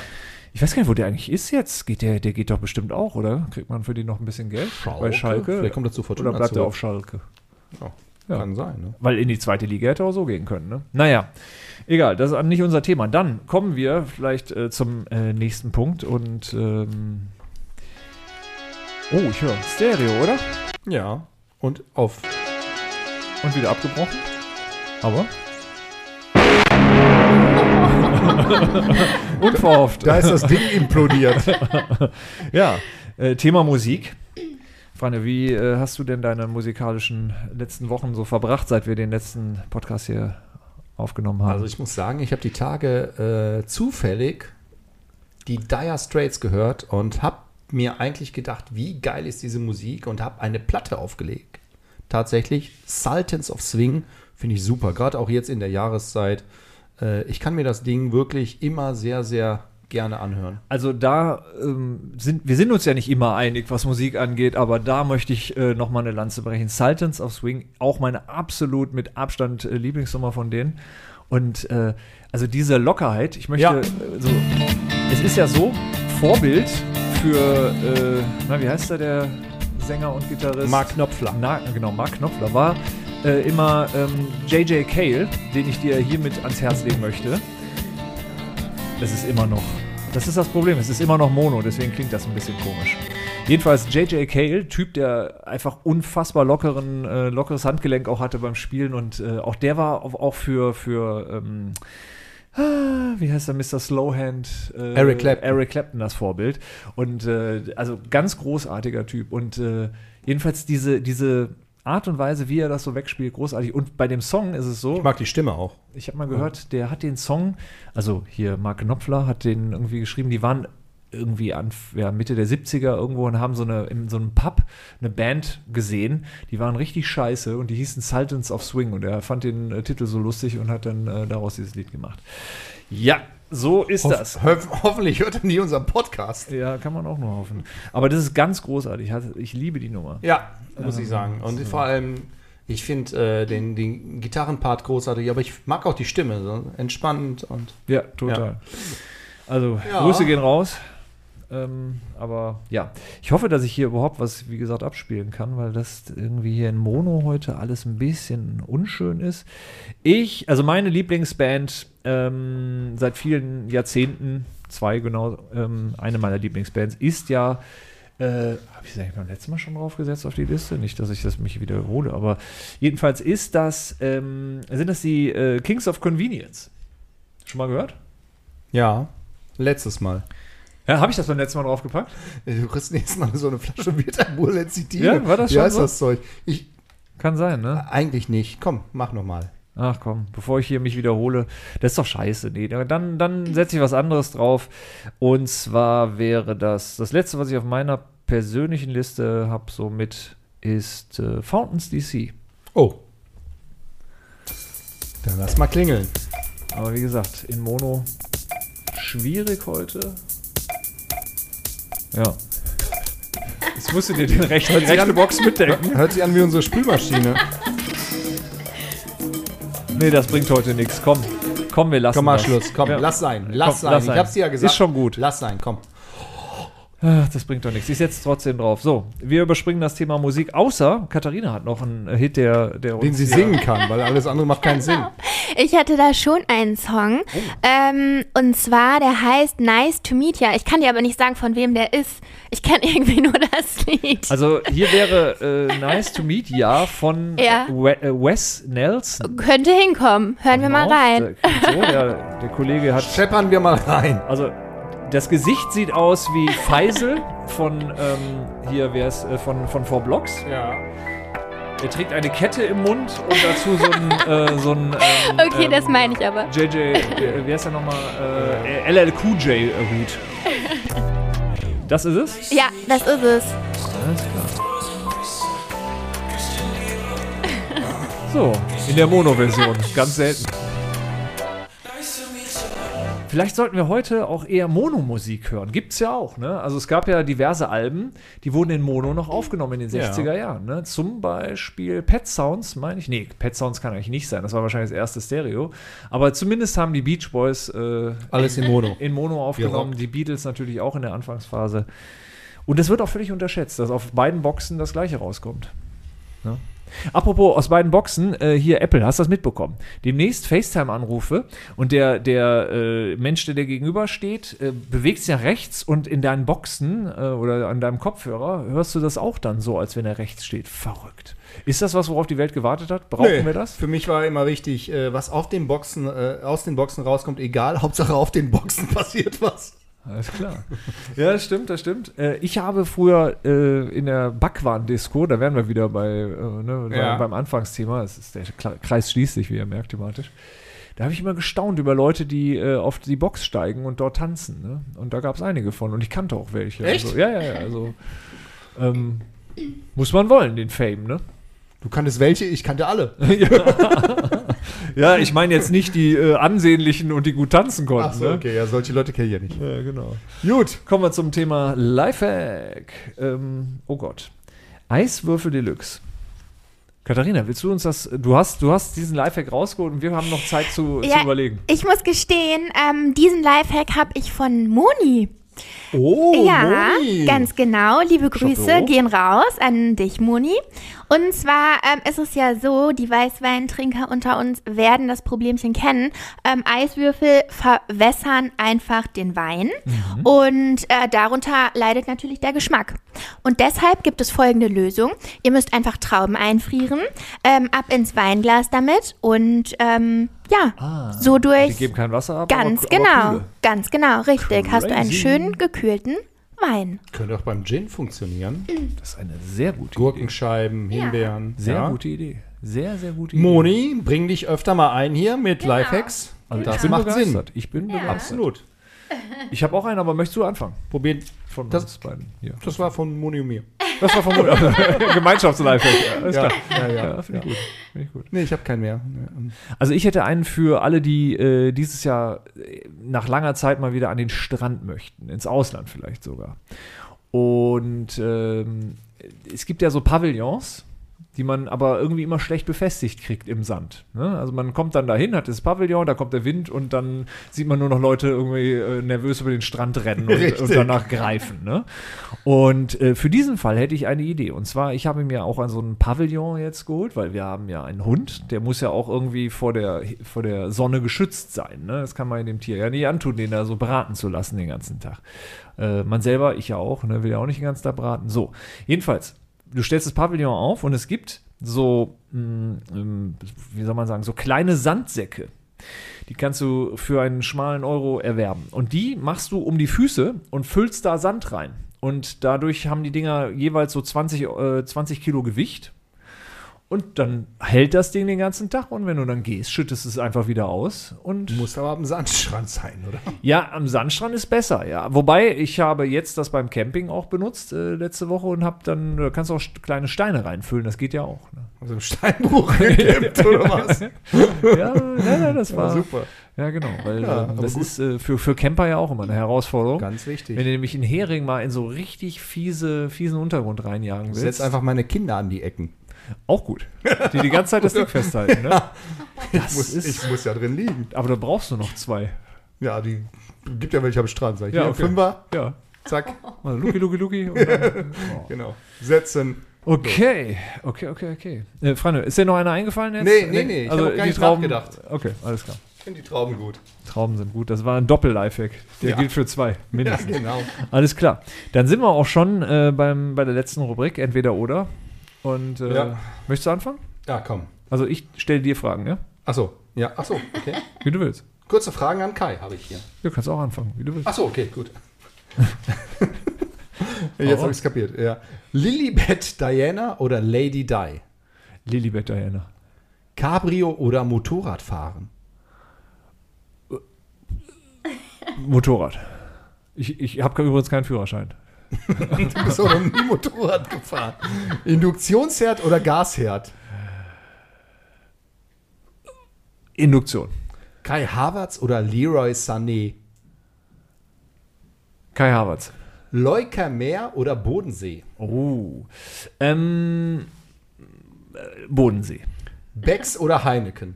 Ich weiß gar nicht, wo der eigentlich ist jetzt. Geht der, der geht doch bestimmt auch, oder? Kriegt man für den noch ein bisschen Geld? Bei Schalke? Vielleicht kommt er zu Fortuna oder bleibt er zurück. auf Schalke? Ja. Ja. Kann sein, ne? Weil in die zweite Liga hätte er auch so gehen können. Ne? Naja, egal, das ist nicht unser Thema. Dann kommen wir vielleicht äh, zum äh, nächsten Punkt und. Ähm oh, ich höre Stereo, oder? Ja. Und auf. Und wieder abgebrochen. Aber. Unverhofft. Da ist das (laughs) Ding implodiert. Ja, äh, Thema Musik. Franjo, wie äh, hast du denn deine musikalischen letzten Wochen so verbracht, seit wir den letzten Podcast hier aufgenommen haben? Also ich muss sagen, ich habe die Tage äh, zufällig die Dire Straits gehört und habe mir eigentlich gedacht, wie geil ist diese Musik und habe eine Platte aufgelegt. Tatsächlich, Sultans of Swing finde ich super, gerade auch jetzt in der Jahreszeit. Äh, ich kann mir das Ding wirklich immer sehr, sehr gerne anhören. Also da ähm, sind wir sind uns ja nicht immer einig, was Musik angeht, aber da möchte ich äh, noch mal eine Lanze brechen. Sultans of Swing, auch meine absolut mit Abstand äh, Lieblingsnummer von denen. Und äh, also diese Lockerheit, ich möchte Ja. äh, so, es ist ja so Vorbild für äh, na, wie heißt er der Sänger und Gitarrist Mark Knopfler. na, genau, Mark Knopfler war äh, immer ähm, JJ Cale, den ich dir hiermit ans Herz legen möchte. Das ist immer noch. Das ist das Problem, es ist immer noch Mono, deswegen klingt das ein bisschen komisch. Jedenfalls JJ Cale, Typ, der einfach unfassbar lockeren, äh, lockeres Handgelenk auch hatte beim Spielen und äh, auch der war auf, auch für, für ähm, ah, wie heißt er, Mr. Slowhand? äh, Eric Clapton. Eric Clapton das Vorbild. Und äh, also ganz großartiger Typ. Und äh, jedenfalls diese, diese Art und Weise, wie er das so wegspielt, großartig. Und bei dem Song ist es so. Ich mag die Stimme auch. Ich habe mal gehört, der hat den Song, also hier Mark Knopfler hat den irgendwie geschrieben, die waren irgendwie an, ja, Mitte der 70er irgendwo und haben so eine, in so einem Pub eine Band gesehen, die waren richtig scheiße und die hießen Sultans of Swing und er fand den äh, Titel so lustig und hat dann äh, daraus dieses Lied gemacht. Ja, so ist das. Hoff- hoffentlich hört er nie unseren Podcast. Ja, kann man auch nur hoffen. Aber das ist ganz großartig. Hat- Ich liebe die Nummer. Ja, Ähm, muss ich sagen. Und vor allem, ich finde äh, den, den Gitarrenpart großartig, aber ich mag auch die Stimme, so entspannend und Ja, total. Also, Ja. Grüße gehen raus. Ähm, aber ja, ich hoffe, dass ich hier überhaupt was, wie gesagt, abspielen kann, weil das irgendwie hier in Mono heute alles ein bisschen unschön ist. Ich, also meine Lieblingsband ähm, seit vielen Jahrzehnten, zwei genau, ähm, eine meiner Lieblingsbands ist ja, äh, habe ich es eigentlich beim letzten Mal schon draufgesetzt auf die Liste? Nicht, dass ich das mich wiederhole, aber jedenfalls ist das, ähm, sind das die äh, Kings of Convenience. Schon mal gehört? ja. Letztes Mal. Ja, habe ich das beim letzten Mal draufgepackt? Du kriegst nächstes Mal so eine Flasche (laughs) Vitamin Lecithin. Ja, war das Wie schon heißt so? das Zeug? Ich, Kann sein, ne? eigentlich nicht. Komm, mach nochmal. Ach komm, bevor ich hier mich wiederhole, das ist doch scheiße. Nee, dann, dann setze ich was anderes drauf. Und zwar wäre das, das letzte, was ich auf meiner persönlichen Liste habe, somit ist äh, Fountains DC. Oh. Dann lass mal klingeln. Aber wie gesagt, in Mono schwierig heute. Ja. Jetzt musst du dir den rechten, die rechte Box mitdenken. Hört sich an wie unsere (laughs) Spülmaschine. Nee, das bringt heute nichts. Komm, komm, wir lassen Komm mal das. Schluss. Komm, Ja. lass sein. Lass Komm, sein. lass ich sein. hab's dir ja gesagt. Ist schon gut. Lass sein, komm. Ach, das bringt doch nichts. Ich setze trotzdem drauf. So, wir überspringen das Thema Musik, außer Katharina hat noch einen Hit, der, der Den uns sie hier- singen kann, weil alles andere macht keinen Sinn. Ich hatte da schon einen Song. Oh. Ähm, und zwar, der heißt Nice to Meet Ya. Ich kann dir aber nicht sagen, von wem der ist. Ich kenne (laughs) irgendwie nur das Lied. Also hier wäre äh, Nice to Meet Ya von Ja. We äh, Wes Nelson. Könnte hinkommen. Hören wir mal rein. So, der, der Kollege hat Scheppern wir mal rein. Also, das Gesicht sieht aus wie Faisal von, ähm, hier wäre es, äh, von, von Four Blocks. Ja. Er trägt eine Kette im Mund und dazu so ein, äh, so ein ähm, Okay, das ähm, meine ich aber. JJ, äh, wer ist der nochmal? Äh, LLQJ-Hut. Das ist es? Ja, das ist es. Alles klar. So, in der Mono-Version. Ganz selten. Vielleicht sollten wir heute auch eher Mono-Musik hören. Gibt's ja auch, ne? Also es gab ja diverse Alben, die wurden in Mono noch aufgenommen in den Ja. 60er Jahren. Ne? Zum Beispiel Pet Sounds, meine ich. Nee, Pet Sounds kann eigentlich nicht sein. Das war wahrscheinlich das erste Stereo. Aber zumindest haben die Beach Boys äh, Alles in Mono. in Mono aufgenommen, die Beatles natürlich auch in der Anfangsphase. Und das wird auch völlig unterschätzt, dass auf beiden Boxen das gleiche rauskommt. Ne? Apropos aus beiden Boxen, äh, hier Apple, hast du das mitbekommen? Demnächst FaceTime-Anrufe und der, der äh, Mensch, der dir gegenübersteht, äh, bewegt sich nach rechts und in deinen Boxen äh, oder an deinem Kopfhörer hörst du das auch dann so, als wenn er rechts steht. Verrückt. Ist das was, worauf die Welt gewartet hat? Brauchen Nö. wir das? Für mich war immer wichtig, äh, was auf den Boxen, äh, aus den Boxen rauskommt, egal, Hauptsache auf den Boxen (laughs) passiert was. Alles klar. (laughs) Ja, das stimmt, das stimmt. Äh, ich habe früher äh, in der Backwaren-Disco, da wären wir wieder bei, äh, ne, bei- Ja. beim Anfangsthema, es ist der Kla- Kreis schließt sich, wie ihr merkt, thematisch. Da habe ich immer gestaunt über Leute, die äh, auf die Box steigen und dort tanzen. Ne? Und da gab es einige von und ich kannte auch welche. Echt? Also, ja, ja, ja. Also, ähm, muss man wollen, den Fame, ne? Du kanntest welche, ich kannte alle. Ja, ich meine jetzt nicht die äh, Ansehnlichen und die gut tanzen konnten. Ach so, ne? okay, ja, solche Leute kenne ich ja nicht. Ja, genau. Gut. Kommen wir zum Thema Lifehack. Ähm, oh Gott. Eiswürfel Deluxe. Katharina, willst du uns das? Du hast, du hast diesen Lifehack rausgeholt und wir haben noch Zeit zu, zu Ja. überlegen. Ich muss gestehen, ähm, diesen Lifehack habe ich von Moni. Oh, ja, Moni. ganz genau. Liebe Grüße Chapeau. gehen raus an dich, Moni. Und zwar ähm, ist es ja so, die Weißweintrinker unter uns werden das Problemchen kennen. Ähm, Eiswürfel Mhm. verwässern einfach den Wein und äh, darunter leidet natürlich der Geschmack. Und deshalb gibt es folgende Lösung. Ihr müsst einfach Trauben einfrieren, ähm, ab ins Weinglas damit und ähm, ja, Ah, also so Die durch. geben kein Wasser ab. Ganz aber, genau, Aber kühle. ganz genau, richtig. Hast du einen Crazy. schönen gekühlten Wein. Könnte auch beim Gin funktionieren. das ist eine sehr gute Idee. Gurkenscheiben, Himbeeren. Sehr ja. gute Idee. Sehr, sehr gute Idee. Moni, bring dich öfter mal ein hier mit Lifehacks. Also das ich bin macht begeistert. Ich bin Sinn. begeistert. Absolut. Ich habe auch einen, aber möchtest du anfangen? Probiert. Von Das- uns beiden. hier. Das war von Moni und mir. Das war (laughs) vermutlich Gemeinschaftslife. Alles Ja, klar. ja, ja. finde ich, gut. Finde ich gut. Nee, ich habe keinen mehr. Nee. Also ich hätte einen für alle, die äh, dieses Jahr äh, nach langer Zeit mal wieder an den Strand möchten, ins Ausland vielleicht sogar. Und ähm, es gibt ja so Pavillons, die man aber irgendwie immer schlecht befestigt kriegt im Sand. Ne? Also man kommt dann dahin, hat das Pavillon, da kommt der Wind und dann sieht man nur noch Leute irgendwie äh, nervös über den Strand rennen und, und danach greifen. Ne? Und äh, für diesen Fall hätte ich eine Idee. Und zwar, ich habe mir auch an so einen Pavillon jetzt geholt, weil wir haben ja einen Hund. Der muss ja auch irgendwie vor der, vor der Sonne geschützt sein. Ne? Das kann man dem Tier ja nicht antun, den da so braten zu lassen den ganzen Tag. Äh, man selber, ich ja auch, ne? will ja auch nicht den ganzen Tag braten. So, jedenfalls, du stellst das Pavillon auf und es gibt so, mh, ähm, wie soll man sagen, so kleine Sandsäcke. Die kannst du für einen schmalen Euro erwerben. Und die machst du um die Füße und füllst da Sand rein. Und dadurch haben die Dinger jeweils so 20, äh, 20 Kilo Gewicht. Und dann hält das Ding den ganzen Tag. Und wenn du dann gehst, schüttest es einfach wieder aus. Und Muss aber am Sandstrand sein, oder? ja, am Sandstrand ist besser, ja. Wobei, ich habe jetzt das beim Camping auch benutzt äh, letzte Woche und habe dann, da kannst du auch st- kleine Steine reinfüllen, das geht ja auch. Ne? Also im Steinbruch (laughs) gekippt, oder (laughs) was? Ja, nein, (laughs) nein, das war. Ja, super. genau, weil Ja, ähm, aber das gut. ist äh, für, für Camper ja auch immer eine Herausforderung. Ganz Wenn wichtig. du nämlich einen Hering mal in so richtig fiese, fiesen Untergrund reinjagen willst, Setz einfach meine Kinder an die Ecken. auch gut. (laughs) Die die ganze Zeit das Ding festhalten, ne? Das ist, muss ja drin liegen. aber da brauchst du noch zwei. Ja, die gibt ja welche am Strand. Sag ich, Ja, hier, okay. Fünfer, Ja, zack, mal Luki, Luki, Luki. Und (laughs) dann, oh. genau. Setzen. Okay, okay, okay, okay. Äh, Freunde, ist dir noch einer eingefallen jetzt? Also Nee, nee, nee, ich hab auch gar die nicht Trauben- nachgedacht. Okay, alles klar. Ich finde die Trauben gut. Trauben sind gut. Das war ein Doppel-Lifehack. Der Ja. gilt für zwei, Ja, mindestens. genau. Alles klar. Dann sind wir auch schon äh, beim, bei der letzten Rubrik, entweder oder. Und äh, Ja. möchtest du anfangen? Ja, komm. Also ich stelle dir Fragen, ja? Achso, ja, achso, okay. Wie du willst. Kurze Fragen an Kai habe ich hier. Du kannst auch anfangen, wie du willst. Achso, okay, gut. Jetzt habe ich es kapiert, ja. Lilibet Diana oder Lady Di? Lilibet Diana. Cabrio oder Motorrad fahren? Motorrad. Ich, ich habe übrigens keinen Führerschein. Du bist auch noch (laughs) nie Motorrad gefahren. Induktionsherd oder Gasherd? Induktion. Kai Havertz oder Leroy Sané? Kai Havertz. Leukermeer oder Bodensee? Oh. Ähm, äh, Bodensee. Becks oder Heineken?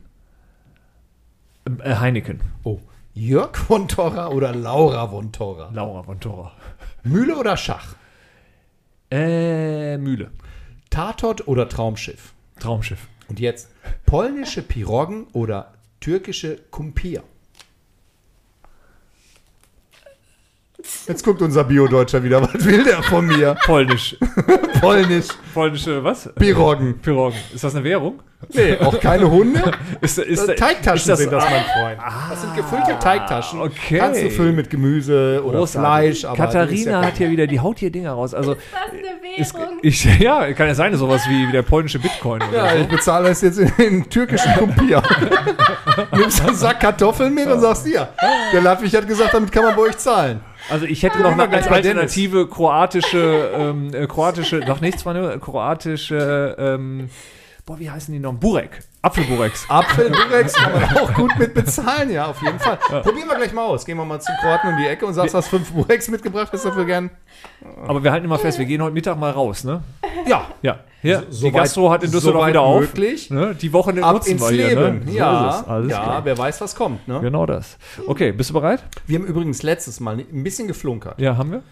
Ähm, Äh, Heineken. Oh. Jörg von Torra oder Laura von Torra? Laura von Tora. Mühle oder Schach? Äh, Mühle. Tatort oder Traumschiff? Traumschiff. Und jetzt polnische Piroggen oder türkische Kumpir? Jetzt guckt unser Bio-Deutscher wieder. Was will der von mir? (laughs) Polnisch. Polnisch, Polnische, was? Piroggen. Piroggen. Ist das eine Währung? Nee, auch keine Hunde. (laughs) Ist, ist, Das- Also Teigtaschen ist das, sind das, Ah. mein Freund. das sind gefüllte Teigtaschen. okay. Kannst du füllen mit Gemüse oder Großartig. Fleisch. Aber die ist Katharina ja hat hier wieder, die haut hier Dinger raus. Also, Das ist eine ist, ich, (laughs) ja, kann ja sein, sowas wie der polnische Bitcoin oder Ja, ich bezahle das jetzt in, in türkischen Kumpir. (laughs) Nimmst einen Sack Kartoffeln mit und sagst dir, der Lappich hat gesagt, damit kann man bei euch zahlen. Also ich hätte noch wir eine gleich als bei Dennis. Alternative kroatische, ähm, äh, kroatische, noch nichts, meine, kroatische, ähm, boah, wie heißen die noch? Burek. Apfelbureks. Apfeldurex kann man auch gut mit bezahlen, ja, auf jeden Fall. Probieren wir gleich mal aus. Gehen wir mal zum Kroaten um die Ecke und sagst, du hast fünf Burex mitgebracht, hast du dafür gern? Aber wir halten immer fest, wir gehen heute Mittag mal raus, ne? Ja, Ja. Hier, So- die soweit- Gastro hat in Düsseldorf soweit wieder auf. möglich. Ne? Die Woche ab ins nutzen wir hier, Leben. ne? So ist ja, es. Alles ja klar. wer weiß, was kommt. Ne? Genau das. Okay, bist du bereit? Wir haben übrigens letztes Mal ein bisschen geflunkert. Ja, haben wir?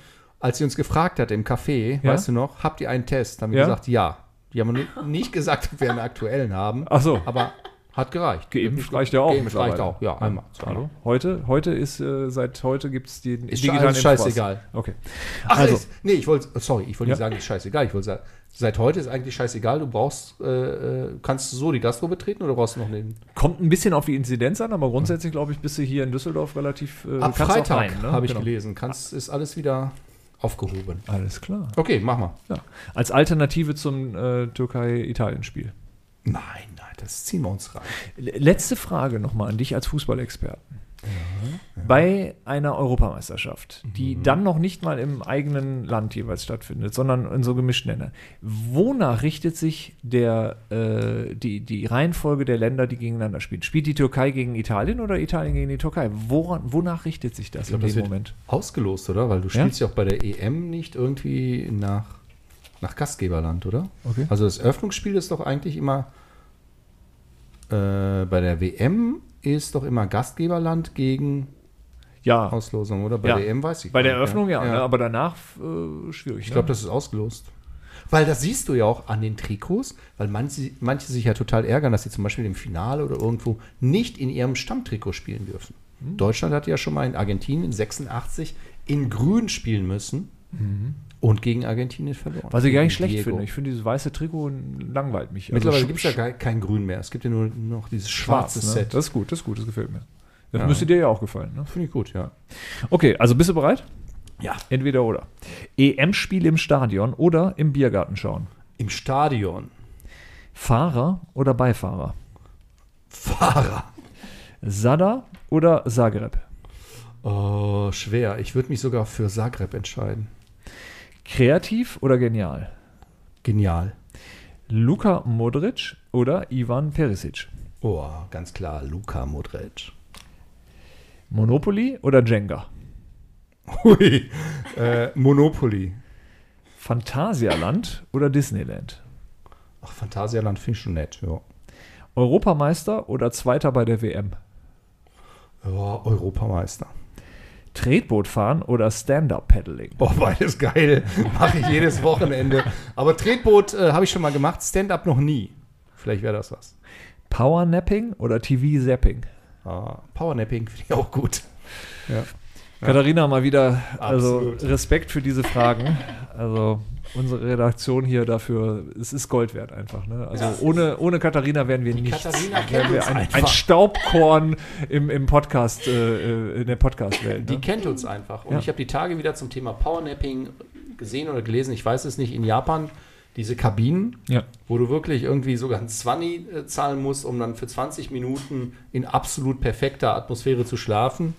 Als sie uns gefragt hat im Café, Ja? weißt du noch, habt ihr einen Test? Haben wir Ja? (laughs) gesagt, ja. Die haben nicht gesagt, ob wir einen aktuellen haben. Ach so. Aber Hat gereicht. Geimpft reicht ja auch Geimpft reicht mittlerweile. auch, ja, einmal. zweimal. Hallo? Heute, heute ist, äh, seit heute gibt es den Ist alles scheißegal. Okay. Ach, also, ist, nee, ich wollte, sorry, ich wollte Ja. nicht sagen, ist scheißegal. Ich wollte sagen, seit heute ist eigentlich scheißegal. Du brauchst, äh, äh, kannst du so die Gastro betreten oder brauchst du noch einen? kommt ein bisschen auf die Inzidenz an, aber grundsätzlich, glaube ich, bist du hier in Düsseldorf relativ. Äh, Ab kannst auch Freitag rein, ne? habe ich Genau. gelesen. Kannst, ist alles wieder aufgehoben. Alles klar. Okay, mach mal. Ja. Als Alternative zum äh, Türkei-Italien-Spiel. Nein, nein, das ziehen wir uns rein. L- Letzte Frage nochmal an dich als Fußballexperten. Bei einer Europameisterschaft, die Mhm. dann noch nicht mal im eigenen Land jeweils stattfindet, sondern in so gemischten Ländern, wonach richtet sich der, äh, die, die Reihenfolge der Länder, die gegeneinander spielen? Spielt die Türkei gegen Italien oder Italien gegen die Türkei? Woran, wonach richtet sich das Ich glaub, in das dem wird Moment? ausgelost, oder? Weil du spielst ja auch bei der EM nicht irgendwie nach, nach Gastgeberland, oder? Okay. Also das Öffnungsspiel ist doch eigentlich immer äh, bei der WM ist doch immer Gastgeberland gegen Ja, Auslosung, oder? Bei Ja. der EM weiß ich bei gar der nicht, Eröffnung ja, ne? aber danach äh, schwierig. Ich glaube, das ist ausgelost. Weil das siehst du ja auch an den Trikots, weil manche, manche sich ja total ärgern, dass sie zum Beispiel im Finale oder irgendwo nicht in ihrem Stammtrikot spielen dürfen. Deutschland hat ja schon mal in Argentinien 86 in Grün spielen müssen Mhm. und gegen Argentinien verloren. Was ich gar nicht Gegen schlecht Diego. Also finde. Ich finde dieses weiße Trikot langweilt mich. Also Mittlerweile sch- gibt es ja gar kein Grün mehr. Es gibt ja nur noch dieses schwarz. schwarze Ne? Set. Das ist gut, das ist gut, das gefällt mir. Das Ja. müsste dir ja auch gefallen. Ne? finde ich gut, ja. Okay, also bist du bereit? Ja. Entweder oder. EM-Spiel im Stadion oder im Biergarten schauen. Im Stadion. Fahrer oder Beifahrer. Fahrer. Sada oder Zagreb. Oh, schwer. Ich würde mich sogar für Zagreb entscheiden. Kreativ oder genial. Genial. Luka Modric oder Ivan Perisic. Oh, ganz klar, Luka Modric. (laughs) Monopoly oder Jenga. Hui. Äh, Monopoly. Phantasialand oder Disneyland. Ach, Phantasialand finde ich schon nett, ja. Europameister oder Zweiter bei der WM. Ja, Europameister. Tretboot fahren oder Stand-Up-Paddling? Oh, beides geil. (laughs) Mache ich jedes Wochenende. Aber Tretboot äh, habe ich schon mal gemacht, Stand-up noch nie. Vielleicht wäre das was. Powernapping oder TV-Zapping? Ah, Powernapping finde ich auch gut. Katharina, mal wieder also Absolut. Respekt für diese Fragen. Also unsere Redaktion hier dafür, es ist Gold wert einfach. Ne? Also ohne, ohne Katharina wären wir nichts. Katharina kennt Wären wir uns ein, ein einfach. Staubkorn im, im Podcast, äh, äh, in der Podcast-Welt. Die Ne? kennt uns einfach. Und Ja. ich habe die Tage wieder zum Thema Powernapping gesehen oder gelesen, ich weiß es nicht, in Japan diese Kabinen, Ja. wo du wirklich irgendwie sogar ein 20 äh, zahlen musst, um dann für 20 Minuten in absolut perfekter Atmosphäre zu schlafen.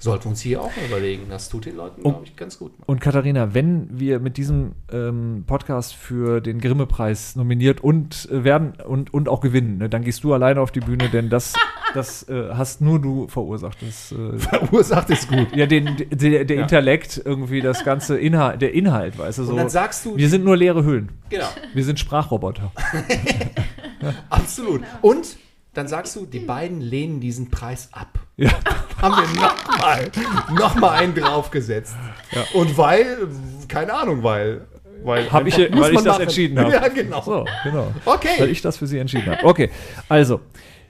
Sollten wir uns hier auch mal überlegen. Das tut den Leuten, Oh. glaube ich, ganz gut. (laughs) Und Katharina, wenn wir mit diesem ähm, Podcast für den Grimme-Preis nominiert und äh, werden und, und auch gewinnen, ne, dann gehst du alleine auf die Bühne, denn das, das äh, hast nur du verursacht. Das, äh, Verursacht ist gut. ja, den, der, der Ja. Intellekt irgendwie, das ganze Inhalt, der Inhalt, weißt du, so. Und dann sagst du, wir sind nur leere Höhlen. genau, Wir sind Sprachroboter. (laughs) absolut. Und dann sagst du, die beiden lehnen diesen Preis ab. Ja. Haben wir nochmal noch mal einen draufgesetzt. Und weil, keine Ahnung, weil. weil Hab ich- einfach- muss weil ich man das entschieden habe. Ja, genau. So, genau. Okay. Weil ich das für sie entschieden habe. Okay, also,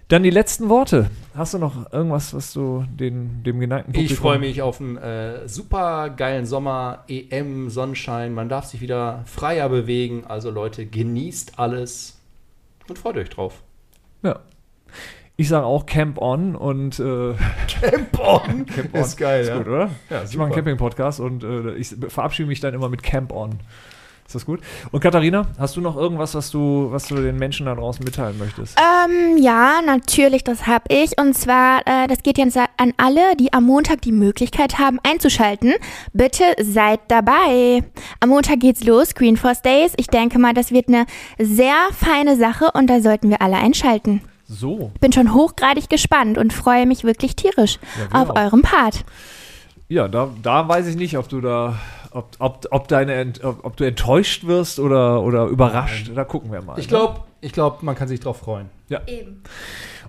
dann die letzten Worte. Hast du noch irgendwas, was du den, dem geneigten Ich Publikum- freue mich auf einen äh, super geilen Sommer, EM, Sonnenschein. Man darf sich wieder freier bewegen. Also Leute, genießt alles und freut euch drauf. Ja. Ich sage auch Camp On und äh, Camp on. Camp (laughs) on. Ist geil, ist ja. gut, oder? Ja, ich super. mache einen Camping-Podcast und äh, ich verabschiede mich dann immer mit Camp On. Ist das gut? Und Katharina, hast du noch irgendwas, was du, was du den Menschen da draußen mitteilen möchtest? Ähm, ja, natürlich, das habe ich. Und zwar, äh, das geht jetzt an alle, die am Montag die Möglichkeit haben, einzuschalten. Bitte seid dabei. Am Montag geht's los, Green Force Days. Ich denke mal, das wird eine sehr feine Sache und da sollten wir alle einschalten. So. Bin schon hochgradig gespannt und freue mich wirklich tierisch wir auf auch. eurem Part. Ja, da, da weiß ich nicht, ob du da, ob, ob, ob, deine, Ent- ob, ob du enttäuscht wirst oder, oder überrascht. Da gucken wir mal. Ich glaube, ich glaub, man kann sich drauf freuen.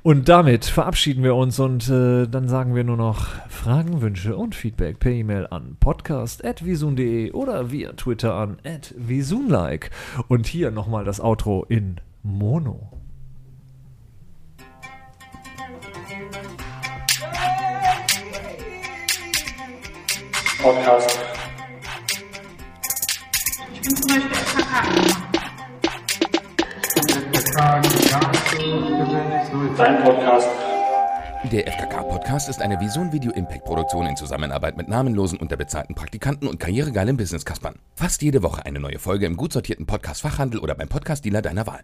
Und damit verabschieden wir uns und äh, dann sagen wir nur noch Fragen, Wünsche und Feedback per E-Mail an podcast.visun.de oder via Twitter an visunlike. Und hier nochmal das Outro in Mono. Podcast, Ich bin zum Beispiel extra Karten gemacht. dein Podcast, Der FKK-Podcast ist eine Vision Video Impact Produktion in Zusammenarbeit mit namenlosen, unterbezahlten Praktikanten und karrieregeilen Business-Kaspern. Fast jede Woche eine neue Folge im gut sortierten Podcast-Fachhandel oder beim Podcast-Dealer deiner Wahl.